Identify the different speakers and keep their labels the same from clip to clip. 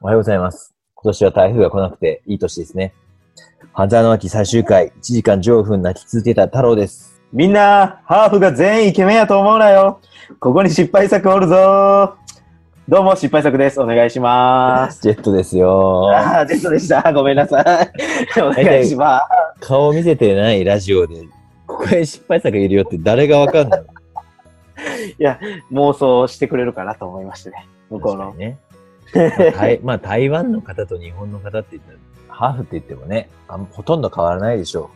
Speaker 1: おはようございます。今年は台風が来なくていい年ですね。半沢直樹最終回、1時間15分泣き続けた太郎です。
Speaker 2: みんな、ハーフが全員イケメンやと思うなよ。ここに失敗作おるぞー。どうも、失敗作です。お願いします。
Speaker 1: ジェットですよ。
Speaker 2: ああ、デッドでした。ごめんなさい。 お願いしま
Speaker 1: 顔見せてないラジオで、ここへ失敗作いるよって誰がわかんない。
Speaker 2: す。妄想してくれるかなと思いましてね。向こう
Speaker 1: 確
Speaker 2: の
Speaker 1: か。にね。まあ台まあ、台湾の方と日本の方って言ったら、ハーフって言ってもね、あんほとんど変わらないでしょ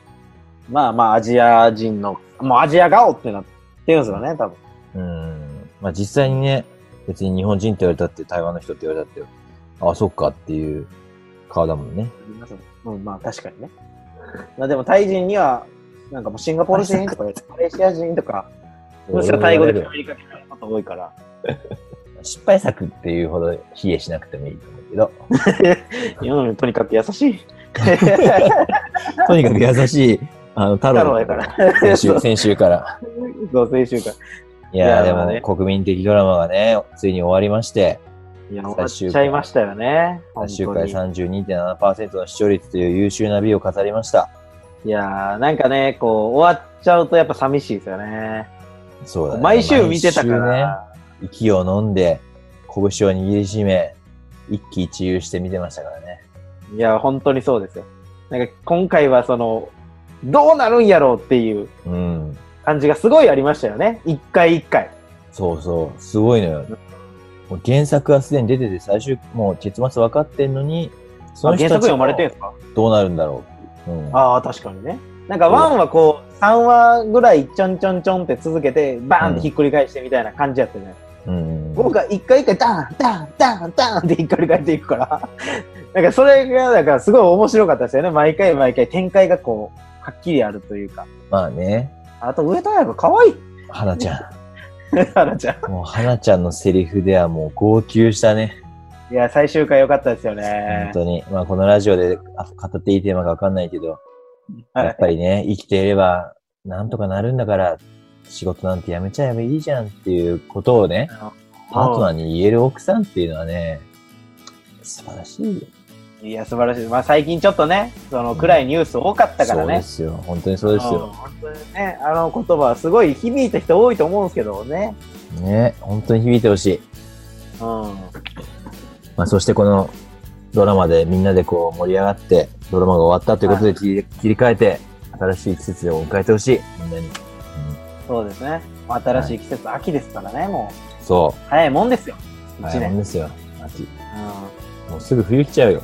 Speaker 2: まあまあ、アジア人の、もうアジア顔ってなってるんですよね、多分。
Speaker 1: う。うん。まあ実際にね、別に日本人って言われたって、台湾の人って言われたって、ああ、そっかっていう顔だもんね。
Speaker 2: うん、まあ確かにね。まあでも、タイ人には、なんかもうシンガポール人とか、マレーシア人とか、むしろタイ語で喋りかけられること多いから。
Speaker 1: 失敗作っていうほど冷えしなくてもいいと思うけど、
Speaker 2: うん、とにかく優し い。
Speaker 1: とにかく優しい、あの、太
Speaker 2: 太
Speaker 1: 郎
Speaker 2: 郎
Speaker 1: だ
Speaker 2: や
Speaker 1: か、
Speaker 2: からら。
Speaker 1: 先 週、先週から。
Speaker 2: そう、先週か。
Speaker 1: いやー
Speaker 2: いやー
Speaker 1: で
Speaker 2: ね
Speaker 1: も、国民的ドラマがね、ついに終わりまして、
Speaker 2: いや、終わ
Speaker 1: 最
Speaker 2: っ
Speaker 1: 終回
Speaker 2: ちゃいましたよね。
Speaker 1: 最終
Speaker 2: 本
Speaker 1: 回
Speaker 2: 当
Speaker 1: 32.7%の視聴率という優秀な美を飾りました。
Speaker 2: にいやー、なんかね、こう、終わっちゃうとやっぱ寂しいですよね。
Speaker 1: そうだね。
Speaker 2: 毎週見てたから。
Speaker 1: 毎週ね、息を飲んで、拳を握りしめ、一喜一憂して見てましたからね。
Speaker 2: いや、本当にそうですよ。なんか今回はその、どうなるんやろうっていう
Speaker 1: うん。
Speaker 2: 感じがすごいありましたよね。一回一回。
Speaker 1: そうそう、すごいのよ。もう原作はすでに出てて、最終、もう結末分かってんのに、そ
Speaker 2: あ
Speaker 1: の人
Speaker 2: 原
Speaker 1: たち
Speaker 2: 作読まれて
Speaker 1: も
Speaker 2: るんですか
Speaker 1: どうなるんだろう。うん、
Speaker 2: ああ、確かにね。なんか1はこう、3話ぐらいちょんちょんちょんって続けて、バーンってひっくり返してみたいな感じやったじゃない
Speaker 1: うん、
Speaker 2: 僕が一回一回ダンダンダンダンってひっくり返っていくから、 なんかそれが、なんかすごい面白かったですよね。毎回毎回展開がこう、はっきりあるというか。
Speaker 1: まあね、
Speaker 2: あと、上戸彩が可愛い
Speaker 1: 花ちゃ
Speaker 2: 花ちゃん。
Speaker 1: ん。もう花ちゃんのセリフではもう号泣したね。
Speaker 2: いや、最終回良かったですよ
Speaker 1: 本
Speaker 2: ね。
Speaker 1: 当に。まあこのラジオであ語っていいテーマかわかんないけど、
Speaker 2: はい
Speaker 1: やっぱりね、生きていればなんとかなるんだから、仕事なんてやめちゃえばいいじゃんっていうことをね、パートナーに言える奥さんっていうのはね、素晴らしいよ。
Speaker 2: いや、素晴らしい。まあ、最近ちょっとね、その暗いニュース多かったから
Speaker 1: そうで
Speaker 2: ね。
Speaker 1: すよ。本当にそうです
Speaker 2: ん
Speaker 1: よ。
Speaker 2: 本当にね、あの言葉はすごい響いた人多いと思うんですけどね。
Speaker 1: ね、本当に響いてほしい。
Speaker 2: う
Speaker 1: まあ、そしてこのドラマでみんなでこう盛り上がって、ドラマが終わったということで切り,、切り替えて、新しい季節を迎えてほしい。みんなに。うん
Speaker 2: ん。そうですね。新しい季節、秋ですからね、もう。
Speaker 1: そ
Speaker 2: 早いもんですよ。
Speaker 1: う。
Speaker 2: 一
Speaker 1: 大変
Speaker 2: 年。
Speaker 1: ですよ。秋。
Speaker 2: うん
Speaker 1: もうすぐ冬来ちゃうよ。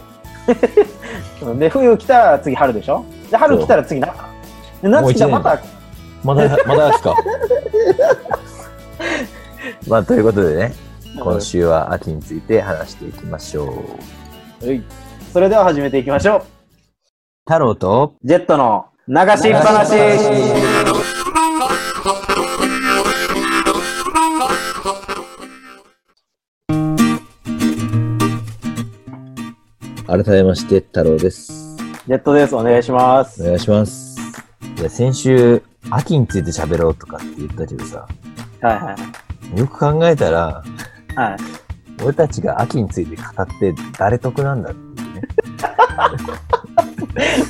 Speaker 2: うんで、冬来たら次春でしょで、春来たら次夏。
Speaker 1: もう
Speaker 2: で、夏
Speaker 1: 一
Speaker 2: 来た
Speaker 1: 年
Speaker 2: らまた、
Speaker 1: まだ、 まだ秋か。まあ、ということでね、今週は秋について話していきましょう。
Speaker 2: はいそれでは始めていきましょ
Speaker 1: 太郎と、
Speaker 2: う。ジェットの流しっぱなし。
Speaker 1: 改めまして、太郎です。
Speaker 2: ジェットです。お願いしま
Speaker 1: お
Speaker 2: す。
Speaker 1: 願いします。いや、先週、秋について喋ろうとかって言ったけどさ、
Speaker 2: はいは
Speaker 1: よく考えたら、
Speaker 2: い。はい。
Speaker 1: 俺たちが秋について語って誰得なんだっていうね。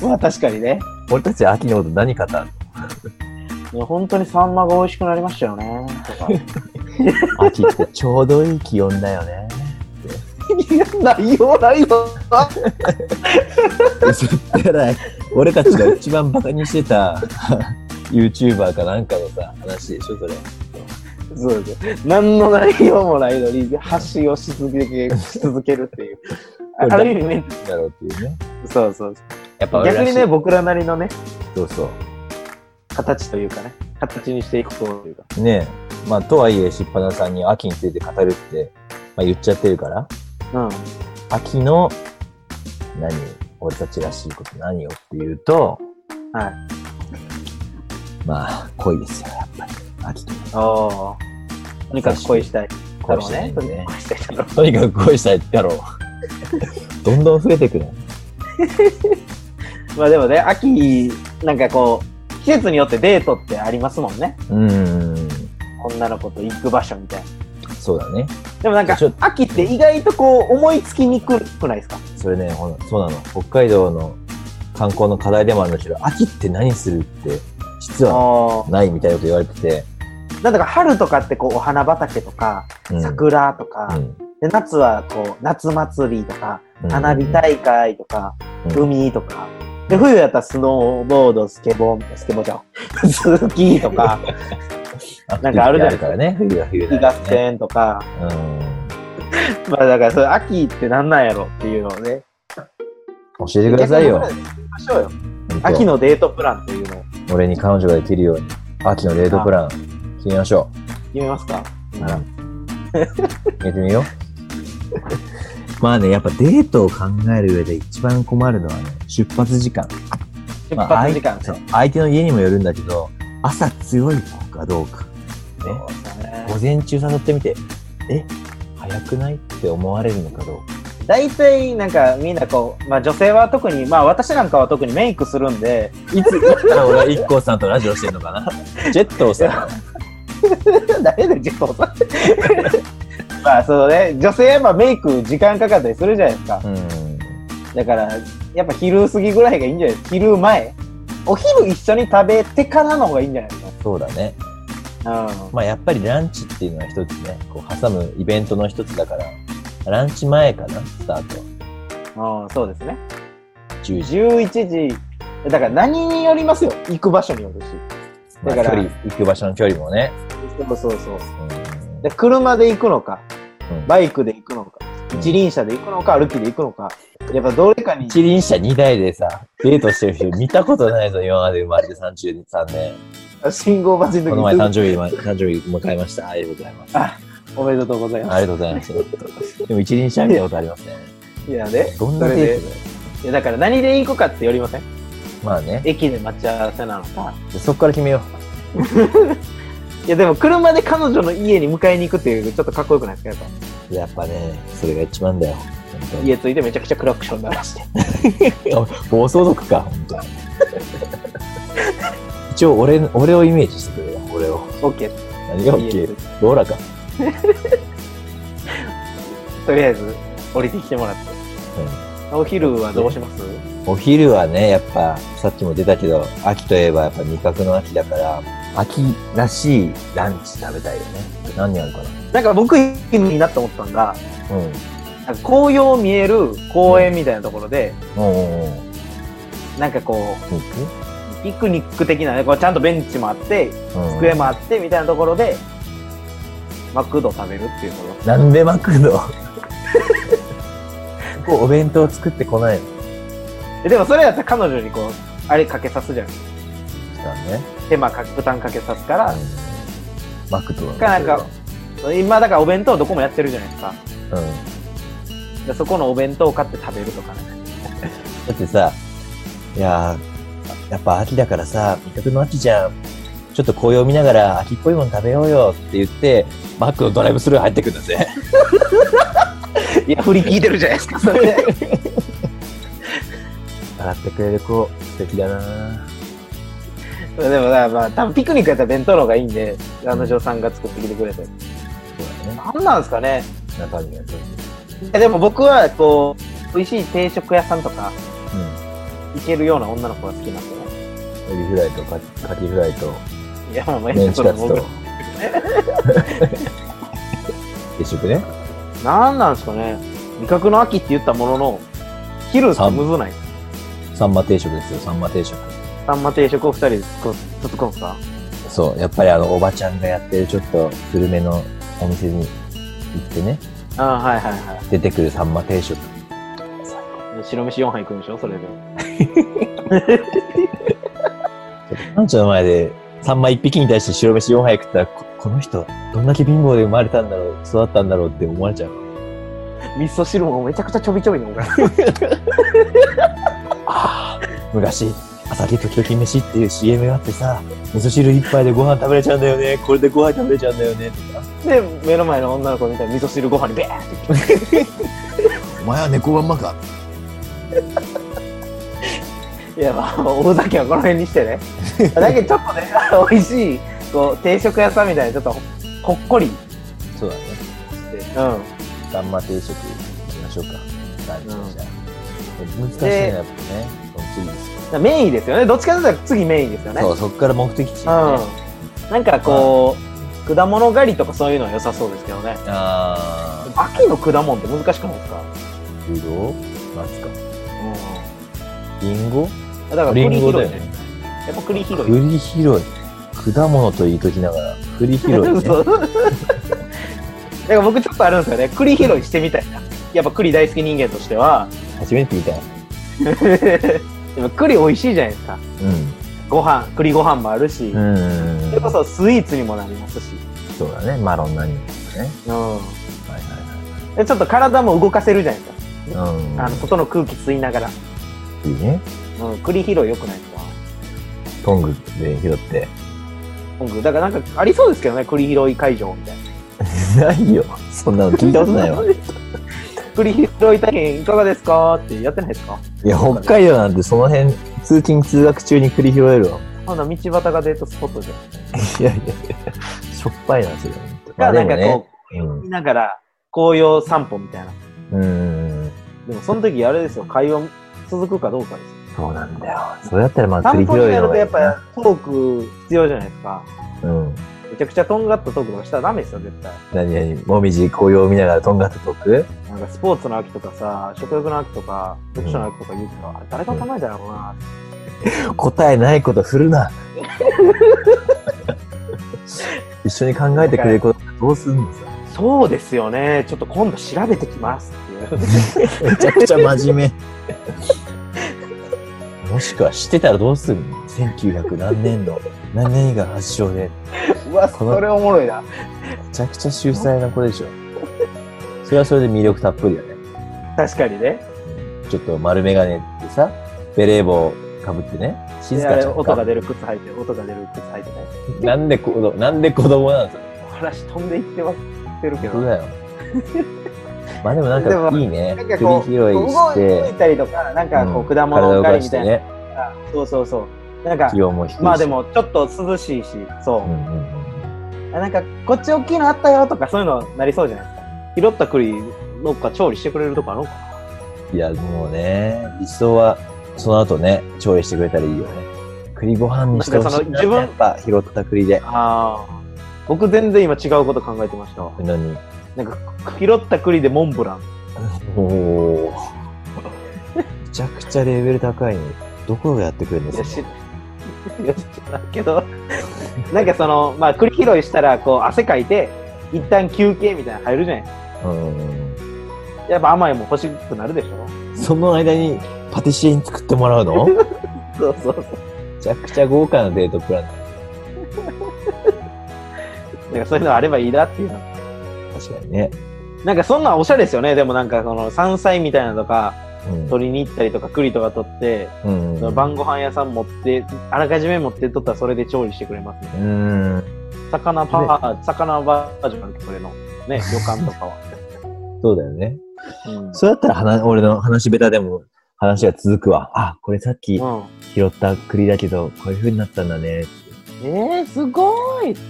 Speaker 2: まあ確かにね。
Speaker 1: 俺たちは秋のこと何語るの
Speaker 2: いや本当にサンマが美味しくなりましたよね。とか。
Speaker 1: 秋ってちょうどいい気温だよね。
Speaker 2: 内容ないよ。
Speaker 1: そったら、俺たちが一番バカにしてた YouTuber かなんかのさ、話でしょ、それ。
Speaker 2: そうですよ。何の内容もないのに、発信をし続け、し続けるっていう。あある意味ね、
Speaker 1: 何だろうっていうね。
Speaker 2: そうそう。
Speaker 1: やっぱ俺ら
Speaker 2: 逆
Speaker 1: しい
Speaker 2: にね、、僕らなりのね、
Speaker 1: そうそ
Speaker 2: 形というかね、形にしていくというか。
Speaker 1: う。ねえまあ、とはいえ、しっぱなさんに秋について語るって、まあ、言っちゃってるから、
Speaker 2: うん。
Speaker 1: 秋の、何、俺たちらしいこと何をっていうと、
Speaker 2: はい。
Speaker 1: まあ、恋ですよ、やっぱり。秋と
Speaker 2: おお。とにかく恋したい。
Speaker 1: 恋したいん
Speaker 2: だ
Speaker 1: で
Speaker 2: ろうね
Speaker 1: ね。
Speaker 2: 恋したいだろう。
Speaker 1: とにかく恋したいだろう。 どんどん増えてくる。
Speaker 2: まあでもね、秋、なんかこう、季節によってデートってありますもんね。
Speaker 1: うん。
Speaker 2: 女の子と行く場所みたいな。
Speaker 1: そうだね。
Speaker 2: でもなんか
Speaker 1: ちょっ、と
Speaker 2: 秋って意外とこう、思いつきにくくないですか
Speaker 1: それね、ほんそうなの。北海道の観光の課題でもあるんだけど、秋って何するって、実は
Speaker 2: あ
Speaker 1: ないみたいなこと言われてて。
Speaker 2: ーなんだか春とかってこう、お花畑とか、
Speaker 1: うん
Speaker 2: 桜とか、
Speaker 1: うん
Speaker 2: で夏はこう、夏祭りとか、
Speaker 1: うん
Speaker 2: 花火大会とか、
Speaker 1: うん
Speaker 2: 海とか。で、冬やったらスノーボード、スケボー、スケボーじゃん。 スキー とか、
Speaker 1: アクティビ
Speaker 2: なん
Speaker 1: テ
Speaker 2: かある
Speaker 1: ィ
Speaker 2: じ
Speaker 1: あ
Speaker 2: ゃない
Speaker 1: るからね、冬は冬
Speaker 2: スキ
Speaker 1: だから
Speaker 2: ー合
Speaker 1: ね。
Speaker 2: 戦とか。
Speaker 1: うん。
Speaker 2: まあだから、それ秋ってなんなんやろっていうのをね。
Speaker 1: 教えてくださいよ。
Speaker 2: 逆に行きましょうよ。
Speaker 1: 本当
Speaker 2: 秋のデートプランっていうのを
Speaker 1: 俺に彼女ができるように、秋のデートプラン、決めましょ
Speaker 2: 決めますか
Speaker 1: う。決めてみよう。 まあね、やっぱデートを考える上で一番困るのはね、出発時間。
Speaker 2: 出発時間
Speaker 1: まあ
Speaker 2: ね。
Speaker 1: 相
Speaker 2: そう
Speaker 1: そう相手の家にもよるんだけど、朝強い子かどうか。ね。
Speaker 2: ですね
Speaker 1: 午前中誘ってみて、え早くないって思われるのかどうか。
Speaker 2: 大体なんかみんなこう、まあ女性は特に、まあ私なんかは特にメイクするんで、 いつ、
Speaker 1: だから俺は i k さんとラジオしてんのか なジェットをさ、
Speaker 2: 誰で自動さ まあそうね、女性はまあメイク時間かかったりするじゃないですか。
Speaker 1: うん。
Speaker 2: だから、やっぱ昼過ぎぐらいがいいんじゃないですか昼前。お昼一緒に食べてからの方がいいんじゃないです
Speaker 1: そうだね。
Speaker 2: か。うん。
Speaker 1: まあやっぱりランチっていうのは一つね、こう挟むイベントの一つだから、ランチ前かな、スタート。
Speaker 2: うん、そうですね。
Speaker 1: 10時。
Speaker 2: 11時。だから何によりますよ。行く場所によるし。
Speaker 1: まあ
Speaker 2: だ
Speaker 1: 距
Speaker 2: から
Speaker 1: 離、行く場所の距離もね。
Speaker 2: そうそうそう。
Speaker 1: うん
Speaker 2: で車で行くのか、
Speaker 1: うん
Speaker 2: バイクで行くのか、一輪車で行くのか、歩きで行くのか。やっぱどれかに。
Speaker 1: 一輪車2台でさ、デートしてる人見たことないぞ、今まで生まれて33年。
Speaker 2: 信号待ち
Speaker 1: こ
Speaker 2: の
Speaker 1: の前
Speaker 2: 時
Speaker 1: 誕
Speaker 2: に。
Speaker 1: 生日、誕生日迎えました。ありがとうございます。あ
Speaker 2: あ、おめでとうございま
Speaker 1: りがとうございます。でも一輪車見たことありますね。
Speaker 2: す。いやね。
Speaker 1: どんな
Speaker 2: それ
Speaker 1: デ
Speaker 2: で
Speaker 1: ートだよ。
Speaker 2: いやだから何で行くかってよりません
Speaker 1: まあね。
Speaker 2: 駅で待ち合わせなのか。
Speaker 1: でそこから決めよ
Speaker 2: いやでも車で彼女の家に迎えに行くっていう、ちょっとかっこよくないですかやっ
Speaker 1: う。やっぱね、それが一番だよ。本当
Speaker 2: ぱ
Speaker 1: に
Speaker 2: 家着いてめちゃくちゃクラクション鳴らして。
Speaker 1: 暴走族か、本当に。一応俺、俺をイメージしてくれよ、俺を。
Speaker 2: オッケー。
Speaker 1: 何が OK?
Speaker 2: 家
Speaker 1: ローラか。
Speaker 2: とりあえず降りてきてもらって。お昼はどうします
Speaker 1: お昼はね、やっぱ、さっきも出たけど、秋といえばやっぱ味覚の秋だから、秋らしいランチ食べたいよね。何やるかな。
Speaker 2: なんか僕いいなって思ったのが、
Speaker 1: うん。
Speaker 2: なんか紅葉見える公園みたいなところで、
Speaker 1: うんうんうん。
Speaker 2: なんかこ
Speaker 1: 肉
Speaker 2: う、ピクニック的なね、こうちゃんとベンチもあって、
Speaker 1: うん
Speaker 2: 机もあってみたいなところで、マクド食べるっていうこ
Speaker 1: なんでマクドこうお弁当作ってこないの
Speaker 2: と。ででもそれやったら彼女にこう、あれかけさすじゃん。
Speaker 1: 時間ね。
Speaker 2: 手間か、負担かけさすから、
Speaker 1: うんマクド
Speaker 2: かなんか今だからお弁当どこもやってるじゃないですか。
Speaker 1: うん。
Speaker 2: でそこのお弁当を買って食べるとかね。
Speaker 1: だってさ、いやー、やっぱ秋だからさ、味覚の秋じゃん。ちょっと紅葉見ながら秋っぽいもの食べようよって言って、マックのドライブスルー入ってくんだぜ。
Speaker 2: いや、振り聞いてるじゃないです か、それ。
Speaker 1: 笑ってくれる子、素敵だな
Speaker 2: でもな、まあ、多分ピクニックやったら弁当の方がいいんで、あの女さんが作ってきてくれて。
Speaker 1: そうだね。
Speaker 2: なんなんですかね。
Speaker 1: 中身がそう。
Speaker 2: いやでも僕は、こう、美味しい定食屋さんとか
Speaker 1: うん。
Speaker 2: 行けるような女の子が好きなんでね。
Speaker 1: エビフライとカキカキフライと
Speaker 2: いや、もう毎
Speaker 1: メン
Speaker 2: 日
Speaker 1: チ
Speaker 2: そ
Speaker 1: カ
Speaker 2: れ
Speaker 1: ツ
Speaker 2: 僕
Speaker 1: と。定食ね。
Speaker 2: なんなんですかね。味覚の秋って言ったものの、昼ってむずない。
Speaker 1: サンマ定食ですよ、サンマ定食。
Speaker 2: さんま定食を二人で作っこんすか
Speaker 1: そう、やっぱりあの、おばちゃんがやってるちょっと古めのお店に行ってね、
Speaker 2: ああ、はいはいは
Speaker 1: 出てくるサンマ定食。
Speaker 2: い。白飯4杯食うんでしょそれで。
Speaker 1: 班長の前で、サンマ1匹に対して白飯4杯食ったら、ここの人、どんだけ貧乏で生まれたんだろう、育ったんだろうって思われちゃう。
Speaker 2: 味噌汁もめちゃくちゃちょびちょび飲む から。
Speaker 1: 昔、朝で時々飯っていう CM があってさ、味噌汁1杯でご飯食べれちゃうんだよね、これでご飯食べれちゃうんだよね、とか。
Speaker 2: で、目の前の女の子みたいに味噌汁ご飯にベーって。
Speaker 1: お前は猫まんまか。
Speaker 2: いや、まあ、大酒はこの辺にしてね。だけどちょっと ね、あの美味しい、こう、定食屋さんみたいな、ちょっとほほっこり
Speaker 1: そうだね。
Speaker 2: うん。
Speaker 1: サンマ定食行きましょうか。ランチ
Speaker 2: うん
Speaker 1: じゃあ。難しいね、
Speaker 2: で
Speaker 1: やっぱね。その次です
Speaker 2: だからメインですよね。どっちかというと次メインですよね。
Speaker 1: そう、そこから目的地、ね。
Speaker 2: うん。なんかこう、果物狩りとかそういうのは良さそうですけどね。
Speaker 1: あ
Speaker 2: 秋の果物って難しくないですか
Speaker 1: ー、ぶどう松か。
Speaker 2: う
Speaker 1: りんご
Speaker 2: ん。だから
Speaker 1: リン
Speaker 2: 栗拾
Speaker 1: ゴ
Speaker 2: い
Speaker 1: だ
Speaker 2: で
Speaker 1: よ
Speaker 2: す
Speaker 1: ね
Speaker 2: ね。。やっぱ栗拾い。
Speaker 1: 栗拾い。果物と言いときながら、栗 拾い、ね。
Speaker 2: 嘘だから僕ちょっとあるんですよね。栗拾いしてみたいな。やっぱ栗大好き人間としては、
Speaker 1: 初めて見た。うん。
Speaker 2: やっぱ栗美味しいじゃないですか。ご飯、栗ご飯もあるし、
Speaker 1: うんうんうん。
Speaker 2: それこそスイーツにもなりますし。
Speaker 1: そうだね。マロン何もね。
Speaker 2: うん。
Speaker 1: はいは
Speaker 2: でちょっと体も動かせるじゃないですか。
Speaker 1: いはい。うん。
Speaker 2: あの、外の空気吸いながら。
Speaker 1: いいね。
Speaker 2: うん、栗拾い良くないですか
Speaker 1: トングで拾って。
Speaker 2: 本宮だからなんかありそうですけどね、栗拾い会場みたいな。
Speaker 1: ないよ。そんなの聞いたことないわ。。
Speaker 2: 栗拾い体験いかがですかってやってないですか
Speaker 1: いや、北海道なんてその辺、通勤通学中に栗拾えるわ。
Speaker 2: ほな、道端がデートスポットじゃん。
Speaker 1: いやいやいや、しょっぱいな、それ。
Speaker 2: だからなんかこ
Speaker 1: う
Speaker 2: う、
Speaker 1: ん。
Speaker 2: 見ながら紅葉散歩みたいな。
Speaker 1: うん。
Speaker 2: でもその時あれですよ、会話続くかどうかですよ。
Speaker 1: そうなんだよ。そうやったらまあ
Speaker 2: 散
Speaker 1: 栗拾
Speaker 2: 歩に
Speaker 1: える
Speaker 2: なる
Speaker 1: の
Speaker 2: と
Speaker 1: がい
Speaker 2: や
Speaker 1: い
Speaker 2: っぱトーク必要じゃないですか。
Speaker 1: な。うん。
Speaker 2: めちゃくちゃとんがったトークとかしたらダメですよ、絶対。
Speaker 1: 何々、もみじ紅葉を見ながらとんがったとく
Speaker 2: なんかスポーツの秋とかさ、食欲の秋とか、読書の秋とか言うけど、あれ誰が考えたんやろうなって
Speaker 1: 答えないことする な。一緒に考えてくれることどうすんのさ。
Speaker 2: そうですよね、ちょっと今度調べてきますっていう。
Speaker 1: めちゃくちゃ真面目。 もしくは知ってたらどうするの ?1900 何年度、何年が発祥で、
Speaker 2: うわ、
Speaker 1: この
Speaker 2: それおもろいな。
Speaker 1: めちゃくちゃ秀才な子でしょ。それはそれで魅力たっぷりよね。
Speaker 2: 確かにね。
Speaker 1: ちょっと丸眼鏡ってさ、ベレー帽かぶってね、静
Speaker 2: で
Speaker 1: か
Speaker 2: あ
Speaker 1: ち
Speaker 2: れ
Speaker 1: ゃん
Speaker 2: 音が
Speaker 1: か。
Speaker 2: 出る靴履いて、音が出る靴履いてね。
Speaker 1: なんで子供、なんで子供なんですか
Speaker 2: 話飛んでいってますってるけ
Speaker 1: 本当
Speaker 2: ど。な
Speaker 1: だよ。まあでもなん
Speaker 2: でも
Speaker 1: かいいね。
Speaker 2: ん
Speaker 1: 栗
Speaker 2: か
Speaker 1: 拾い
Speaker 2: こう、こ
Speaker 1: し
Speaker 2: う動い
Speaker 1: て、
Speaker 2: たりとか、なんかこう、
Speaker 1: うん
Speaker 2: 果物狩りみたいな。
Speaker 1: ね、
Speaker 2: そうそうそう。なんか、
Speaker 1: 気温も低いし。
Speaker 2: まあで、も、ちょっと涼しいし、そうう。
Speaker 1: んうんうん、
Speaker 2: あなんか、こっち大きいのあったよとか、そういうのなりそうじゃないですか。拾った栗、どっか調理してくれるとこあるのかない
Speaker 1: や、もうね、理想は、その後ね、調理してくれたらいいよね。栗ご飯にしてほしいな。
Speaker 2: なんかその
Speaker 1: やっぱ拾った栗で。
Speaker 2: ああ。僕全然今違うこと考えてましたわ。
Speaker 1: 何
Speaker 2: なんか、拾った栗でモンブラン。
Speaker 1: おー。めちゃくちゃレベル高いね。どこがやってくれるん
Speaker 2: い
Speaker 1: で
Speaker 2: や、
Speaker 1: す
Speaker 2: 知
Speaker 1: か
Speaker 2: いや知らんけど、なんかその、まあ、栗拾いしたら、こう、汗かいて、一旦休憩みたいなの入るじゃない
Speaker 1: うん。
Speaker 2: やっぱ甘いもん欲しくなるでしょ
Speaker 1: その間にパティシエに作ってもらう のめ
Speaker 2: そうそうそう。
Speaker 1: ちゃくちゃ豪華なデートプランだ
Speaker 2: なんかそういうのあればいいなっていうの。
Speaker 1: 確かにね。
Speaker 2: なんかそんなんおしゃれですよね。でもなんかその山菜みたいなのとか、
Speaker 1: うん。
Speaker 2: 取りに行ったりとか、栗とか取って、
Speaker 1: うん
Speaker 2: その晩ご飯屋さん持って、あらかじめ持ってっとったらそれで調理してくれますね。
Speaker 1: うん。
Speaker 2: 魚パワー、魚バージョンあるけど、それの。 ね、旅館とかは。
Speaker 1: そうだよね。
Speaker 2: うん。
Speaker 1: そうだったら話、俺の話下手でも話が続くわ。あ、これさっき
Speaker 2: うん
Speaker 1: 拾った栗だけど、こういう風になったんだね。
Speaker 2: えー、すごーいって。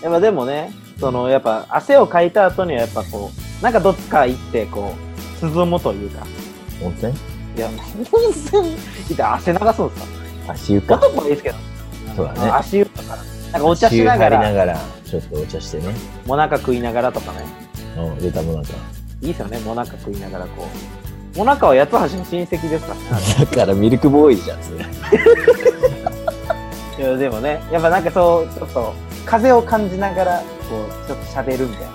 Speaker 2: やっぱでもね、そのやっぱ汗をかいた後にはやっぱこう、なんかどっか行ってこう、涼むというか、
Speaker 1: 温泉
Speaker 2: いや、温泉行って汗流すんですか
Speaker 1: 足湯か。
Speaker 2: 男はいいですけど、
Speaker 1: そうだね
Speaker 2: 足湯とか、なんかお茶しなが
Speaker 1: 足湯張り
Speaker 2: ら、
Speaker 1: ながら、ちょっとお茶してね。
Speaker 2: もなか食いながらとかね、
Speaker 1: うん、出たものか。
Speaker 2: いいですよね、もなか食いながらこう。もなかは八つ橋の親戚ですからね。
Speaker 1: だから ミルクボーイじゃん、それ。
Speaker 2: いやでもね、やっぱなんかそう、ちょっと風を感じながら、こう、ちょっと喋るみたいな。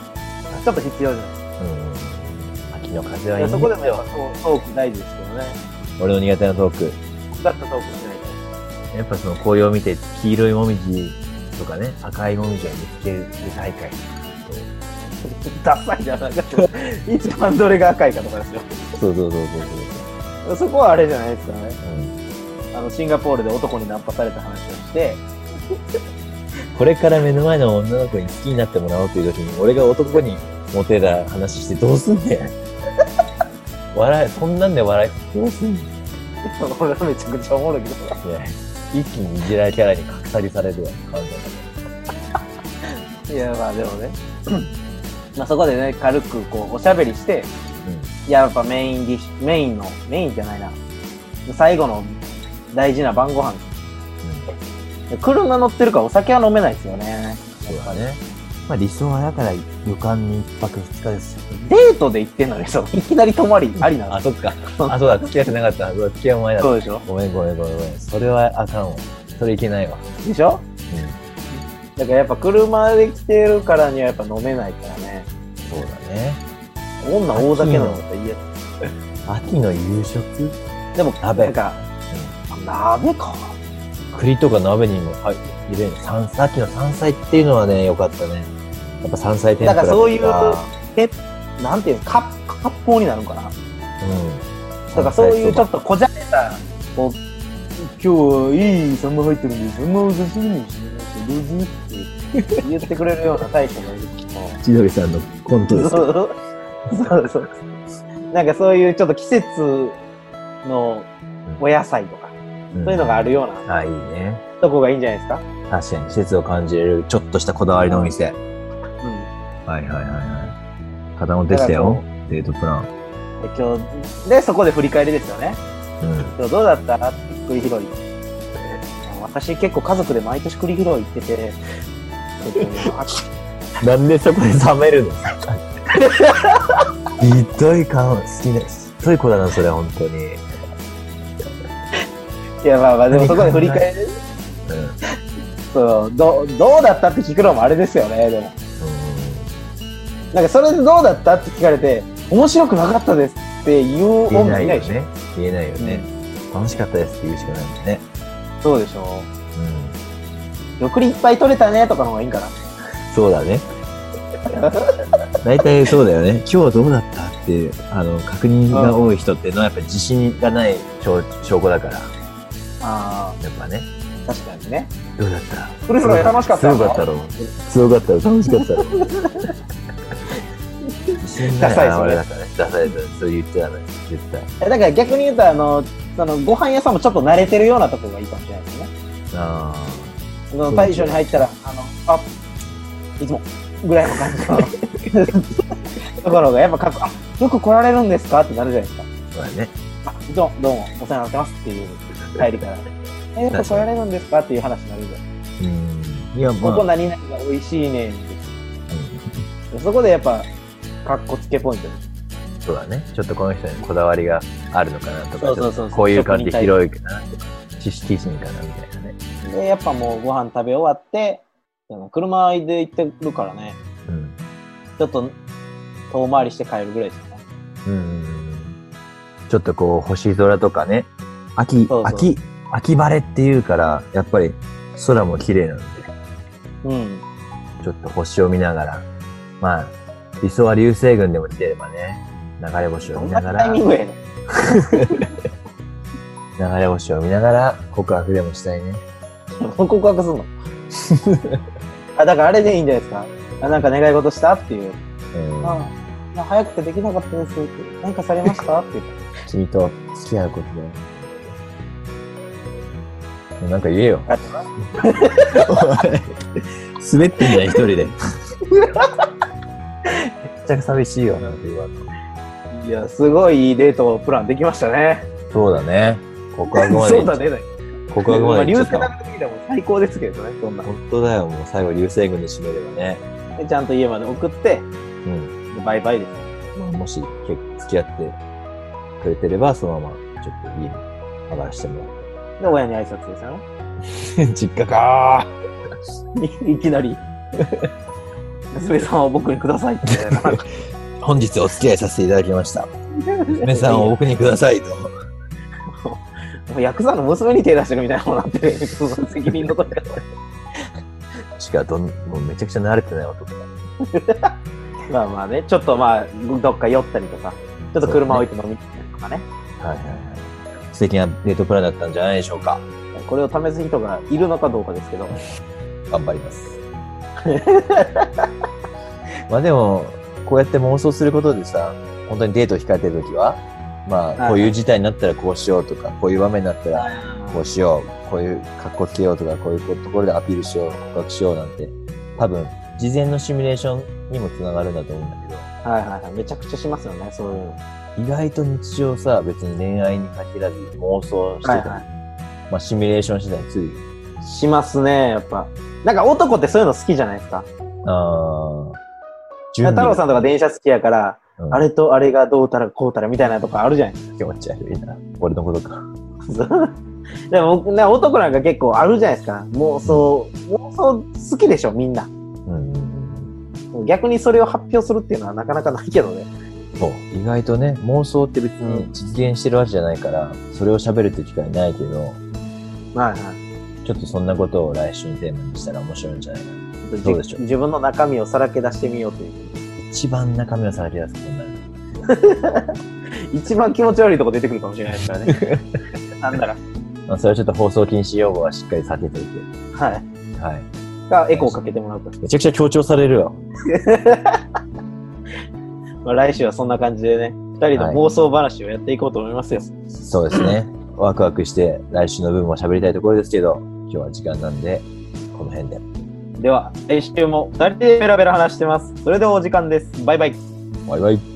Speaker 2: ちょっと必要じゃない
Speaker 1: うん。秋の風はいいい
Speaker 2: や
Speaker 1: ん
Speaker 2: そこで
Speaker 1: です
Speaker 2: もやっ
Speaker 1: よ
Speaker 2: ぱ。トートーク大事ですけどね。
Speaker 1: 俺の苦手なトーク。
Speaker 2: だったトークしないと。
Speaker 1: やっぱその紅葉を見て、黄色いもみじとかね、赤いもみじを見つける大会。
Speaker 2: ダサいじゃなかった。一番どれが赤いかとかですよ。
Speaker 1: そうそうそうそう
Speaker 2: そこはあれじゃないですかね。
Speaker 1: そう。うん。
Speaker 2: あの、シンガポールで男にナンパされた話をして、
Speaker 1: これから目の前の女の子に好きになってもらおうという時に、俺が男にモテた話してどうすんねん。笑い、そんなんで笑い、どうすんねん。ね
Speaker 2: 俺はめちゃくちゃおもろいけど、
Speaker 1: 一気にいじられキャラに格下げされるわ、感動。
Speaker 2: いや、まあでもね。まあ、そこでね、軽くこう、おしゃべりして、いややっぱメインディッシュ、メインの、メインじゃないな。最後の大事な晩ご飯。で車乗ってるからお酒は飲めないですよね。
Speaker 1: そうだね。まあ理想はだから旅館に一泊二日ですよ。
Speaker 2: デートで行ってんのに、そう、いきなり泊まりありなん
Speaker 1: あ、
Speaker 2: で
Speaker 1: そっか。あ、そうだ、付き合ってなかった。そうだ付き合う前だ
Speaker 2: す
Speaker 1: った。
Speaker 2: そうでしょ
Speaker 1: ごめんごめんごめんごめん。それはあかんわ。それいけないわ。
Speaker 2: でしょ
Speaker 1: うん。
Speaker 2: だからやっぱ車で来てるからにはやっぱ飲めないからね。
Speaker 1: そうだね。
Speaker 2: 女大酒なんだったら
Speaker 1: 秋
Speaker 2: 嫌
Speaker 1: の夕食
Speaker 2: でも、
Speaker 1: 鍋
Speaker 2: なんか、鍋か。
Speaker 1: 栗とか鍋にもはい入れるの山さっきの山菜っていうのはね良かったねやっぱ山菜天ぷらとか
Speaker 2: だからそういうなんていうの、か割烹になるんかな。だ
Speaker 1: うん、
Speaker 2: からそういうちょ
Speaker 1: 山
Speaker 2: っとこじゃれた、こう、今日はいいサンマ入ってるんで、サンマお刺身にしますどうぞって言ってくれるようなタイプがいるけど。
Speaker 1: 菜千鳥さんのコントですか
Speaker 2: そうそうそう。なんかそういうちょっと季節のお野菜とか、そういうのがあるよ
Speaker 1: う
Speaker 2: うなん
Speaker 1: あいいね
Speaker 2: とこがいいんじゃないですか。
Speaker 1: 確かに季節を感じれるちょっとしたこだわりのお店、
Speaker 2: うん。
Speaker 1: はいはいはいはい固まってきた
Speaker 2: だ
Speaker 1: よ
Speaker 2: か
Speaker 1: デートプラン
Speaker 2: で今日、で、そこで振り返りですよね。
Speaker 1: うん
Speaker 2: 今日どうだったって栗拾い。 私結構家族で毎年栗拾い行ってて、 えっとあ
Speaker 1: なんでそこで冷めるの ひどい顔好きなひどい子だなそれ本当に
Speaker 2: いやまあまあ、でもそこで振り返る。
Speaker 1: うん
Speaker 2: そう、どう、どうだったって聞くのもあれですよね、でも。
Speaker 1: う
Speaker 2: なんかそれでどうだったって聞かれて、面白くなかったですって言うん
Speaker 1: 言え
Speaker 2: 女
Speaker 1: ないい
Speaker 2: な
Speaker 1: よ
Speaker 2: いでしょ。
Speaker 1: ね言えないよね、楽しかったですって言うしかないもんね
Speaker 2: そうでしょ。
Speaker 1: うん
Speaker 2: よくりいっぱい取れたねとかの方がいいんかな。
Speaker 1: そうだね。大体そうだよね。今日どうだったって、あの、確認が多い人っていうのはやっぱ自信がない証証拠だから、や
Speaker 2: あ
Speaker 1: っぱね。
Speaker 2: あ、確かにね。
Speaker 1: どうだった
Speaker 2: フルスロー楽しかった
Speaker 1: 強かったろ強かったろ楽しかった ろ自信が
Speaker 2: ダサ
Speaker 1: ないい表
Speaker 2: ですね
Speaker 1: れだからね。ダサいです。そう言ってたのよ絶対。
Speaker 2: えだから逆に言うと、あの、そのご飯屋さんもちょっと慣れてるようなとこがいいかもしれないですね。
Speaker 1: ああ。
Speaker 2: その大将に入ったら、あの、あ、いつも、ぐらいの感じ のところが、やっぱかっこ、あ、よく来られるんですかってなるじゃないですか。
Speaker 1: そうだね。
Speaker 2: あ、いつも、どうも、お世話になってますっていう入りから。え、よく来られるんですかっていう話になるじゃん。
Speaker 1: うん。いや、ま
Speaker 2: こ
Speaker 1: あ
Speaker 2: こ。何々が美味しいねって。
Speaker 1: うん
Speaker 2: そこでやっぱ、かっこつけポイントです。
Speaker 1: そうだね。ちょっとこの人にこだわりがあるのかなとか、
Speaker 2: そうそうそう
Speaker 1: ちょっとこういう感じで広いかなとか、知識人かなみたいなね。
Speaker 2: で、やっぱもうご飯食べ終わって、あの車で行ってるからね、
Speaker 1: うん。
Speaker 2: ちょっと遠回りして帰るぐらいですかね。
Speaker 1: うんちょっとこう星空とかね秋
Speaker 2: そうそう
Speaker 1: 秋秋晴れっていうからやっぱり空も綺麗なんで
Speaker 2: うん。
Speaker 1: ちょっと星を見ながらまあ理想は流星群でも見てればね流れ星を
Speaker 2: ど
Speaker 1: 見
Speaker 2: ん
Speaker 1: な
Speaker 2: な
Speaker 1: が
Speaker 2: タイ
Speaker 1: ら
Speaker 2: ミン
Speaker 1: 流
Speaker 2: グやねん。
Speaker 1: れ星を見ながら告白でもしたいね
Speaker 2: 告白すんの あだからあれでいいんじゃないですかあなんか願い事したっていう、
Speaker 1: うん
Speaker 2: ああ早くてできなかったです何かされましたって言っ
Speaker 1: 君と付き合うことでもうなんか言え よ
Speaker 2: た
Speaker 1: 滑ってんじゃん一人 でめっちゃ寂しいよなんて言われて
Speaker 2: いやすごいいいデートプランできましたね
Speaker 1: そうだね。告白まで。
Speaker 2: そうだね
Speaker 1: 告白まで
Speaker 2: 流
Speaker 1: 行っ
Speaker 2: 星
Speaker 1: ちゃ
Speaker 2: な
Speaker 1: った。
Speaker 2: んて時でも最高ですけどねそんな
Speaker 1: 本当だよ、もう最後流星群で締めればね。
Speaker 2: でちゃんと家まで送って
Speaker 1: うん。
Speaker 2: でバイバイです
Speaker 1: まあ、もし、結構付き合ってくれてれば、そのまま、ちょっと家に上がらせてもらっ
Speaker 2: で親に挨拶ですよね
Speaker 1: て。実家か
Speaker 2: いいきなり娘さんを僕にくだ さいって
Speaker 1: ー本日お付き合いさせていただきました。皆さんを僕にくださいと。
Speaker 2: もうヤクザの娘に手出してるみたいなもんなってるその責任のとり方
Speaker 1: しか、どん、もうめちゃくちゃ慣れてない男だ。
Speaker 2: まあまあね、ちょっとまあ、どっか酔ったりとか、ちょっと車置いて飲みに行ったりとかね、
Speaker 1: はいはいはい。素敵なデートプランだったんじゃないでしょうか。
Speaker 2: これを試す人がいるのかどうかですけど、
Speaker 1: 頑張り ます。まあでも、こうやって妄想することでさ、本当にデートを控えてるときは、
Speaker 2: い
Speaker 1: ま
Speaker 2: は
Speaker 1: あ、
Speaker 2: い
Speaker 1: こういう事態になったらこうしようとか、こういう場面になったらこうしよう、こういう格好つけようとか、こういうところでアピールしよう、告白しようなんて、多分、事前のシミュレーションにもつながるんだと思うんだけど、
Speaker 2: はいはいはい。めちゃくちゃしますよね、そういうの。
Speaker 1: 意外と日常さ、別に恋愛に限らず妄想してたり、
Speaker 2: はいは
Speaker 1: まあシミュレーションしてたりするよ。
Speaker 2: しますね、やっぱ。なんか男ってそういうの好きじゃないですか。
Speaker 1: ああ。準
Speaker 2: 太
Speaker 1: 備が
Speaker 2: 郎さんとか電車好きやから、
Speaker 1: うん
Speaker 2: あれとあれがどうたらこうたらみたいなとかあるじゃないですか。
Speaker 1: 気持ち悪いな。俺のことか。
Speaker 2: でも僕な男なんか結構あるじゃないですか。妄想、妄想好きでしょ、みんな。
Speaker 1: うん。
Speaker 2: 逆にそれを発表するっていうのはなかなかないけどね。
Speaker 1: そう。意外とね、妄想って別に実現してるわけじゃないから、それを喋るって機会ないけど、
Speaker 2: はいはい。
Speaker 1: ちょっとそんなことを来週のテーマにしたら面白いんじゃないかな。
Speaker 2: ちょっと
Speaker 1: どうでしょう
Speaker 2: 自分の中身をさらけ出してみようという。
Speaker 1: 一番中身をさらけ出すことになる。
Speaker 2: 一番気持ち悪いとこ出てくるかもしれないですから ね。なんだか。
Speaker 1: まあ、それはちょっと放送禁止用語はしっかり避けておい
Speaker 2: はい。
Speaker 1: て。はい。
Speaker 2: がエコーかけてもらうと。
Speaker 1: めちゃくちゃ強調されるわ。
Speaker 2: まあ、来週はそんな感じでね、二人の妄想話をやっていこうと思いますよ。
Speaker 1: そうですね。ワクワクして来週の分も喋りたいところですけど、今日は時間なんで、この辺で。
Speaker 2: では、来週も二人でベラベラ話してます。それではお時間です。バイバイ。
Speaker 1: バイバイ。